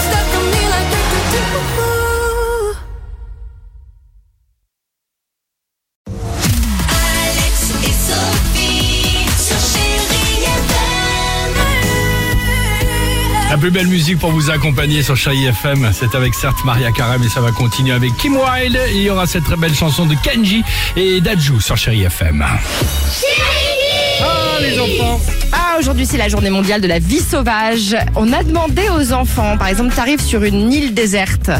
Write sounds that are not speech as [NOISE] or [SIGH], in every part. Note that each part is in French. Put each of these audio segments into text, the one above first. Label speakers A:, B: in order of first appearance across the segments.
A: stuck on me like do, do, do. Alex et Sophie sur Chérie FM.
B: La plus belle musique pour vous accompagner sur Chai FM, c'est avec certes Maria Carême et ça va continuer avec Kim Wilde. Et Il y aura cette très belle chanson de Kenji et d'Adju sur Chéri FM. Ah les enfants
C: Ah, aujourd'hui, c'est la journée mondiale de la vie sauvage. On a demandé aux enfants, par exemple, t'arrives sur une île déserte.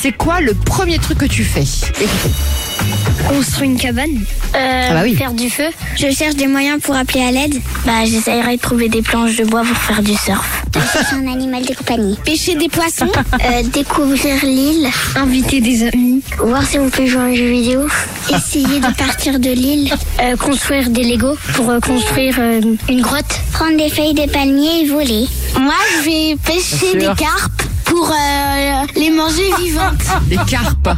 C: C'est quoi le premier truc que tu fais Écoutez.
D: Construire une cabane.
C: Ah bah oui.
D: Euh, Faire du feu. Je cherche des moyens pour appeler à l'aide. Bah, j'essayerai de trouver des planches de bois pour faire du surf. Chercher Ah, un animal de compagnie. Pêcher des [LAUGHS] poissons. découvrir l'île. Inviter des amis. Voir si on peut jouer à un jeu vidéo. Essayer de partir de l'île. Euh, construire des Legos pour euh, construire une grotte. Prendre des feuilles de palmier et voler. Moi, je vais pêcher des carpes pour euh, les manger vivantes.
B: [LAUGHS]
C: Des carpes.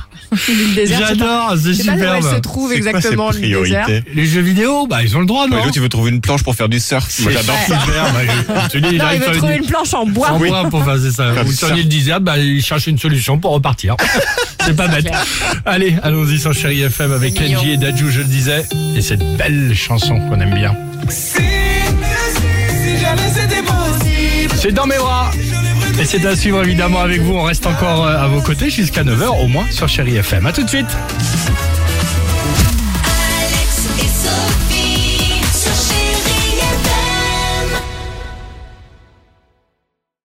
C: L'île déserte. je sais pas-
B: J'adore, c'est
C: Je sais pas où elle se
B: superbe.
C: trouve
E: C'est quoi ces
C: exactement, l'île déserte.
E: priorités
B: Les jeux vidéo, bah ils ont le droit non
E: Ouais, L'autre, il veut trouver une planche pour faire du surf. Moi, j'adore ça.
B: Superbe, bah, tu dis, il
C: Non, il
B: arrive
C: veut
B: sur
C: trouver
B: une-
C: une planche en bois.
B: en bois pour faire c'est ça.
E: Comme
B: Ou
E: ça.
B: sur une déserte, bah ils cherchent une solution pour
C: [LAUGHS]
B: repartir. c'est pas bête. Allez, allons-y sur Chéri FM avec
C: C'est mignon.
B: Kenji et d'Adju, je le disais. Et cette belle chanson qu'on aime bien. C'est dans mes bras. Et c'est à suivre évidemment avec vous. On reste encore euh, à vos côtés jusqu'à 9h au moins sur Chéri FM. À tout de suite.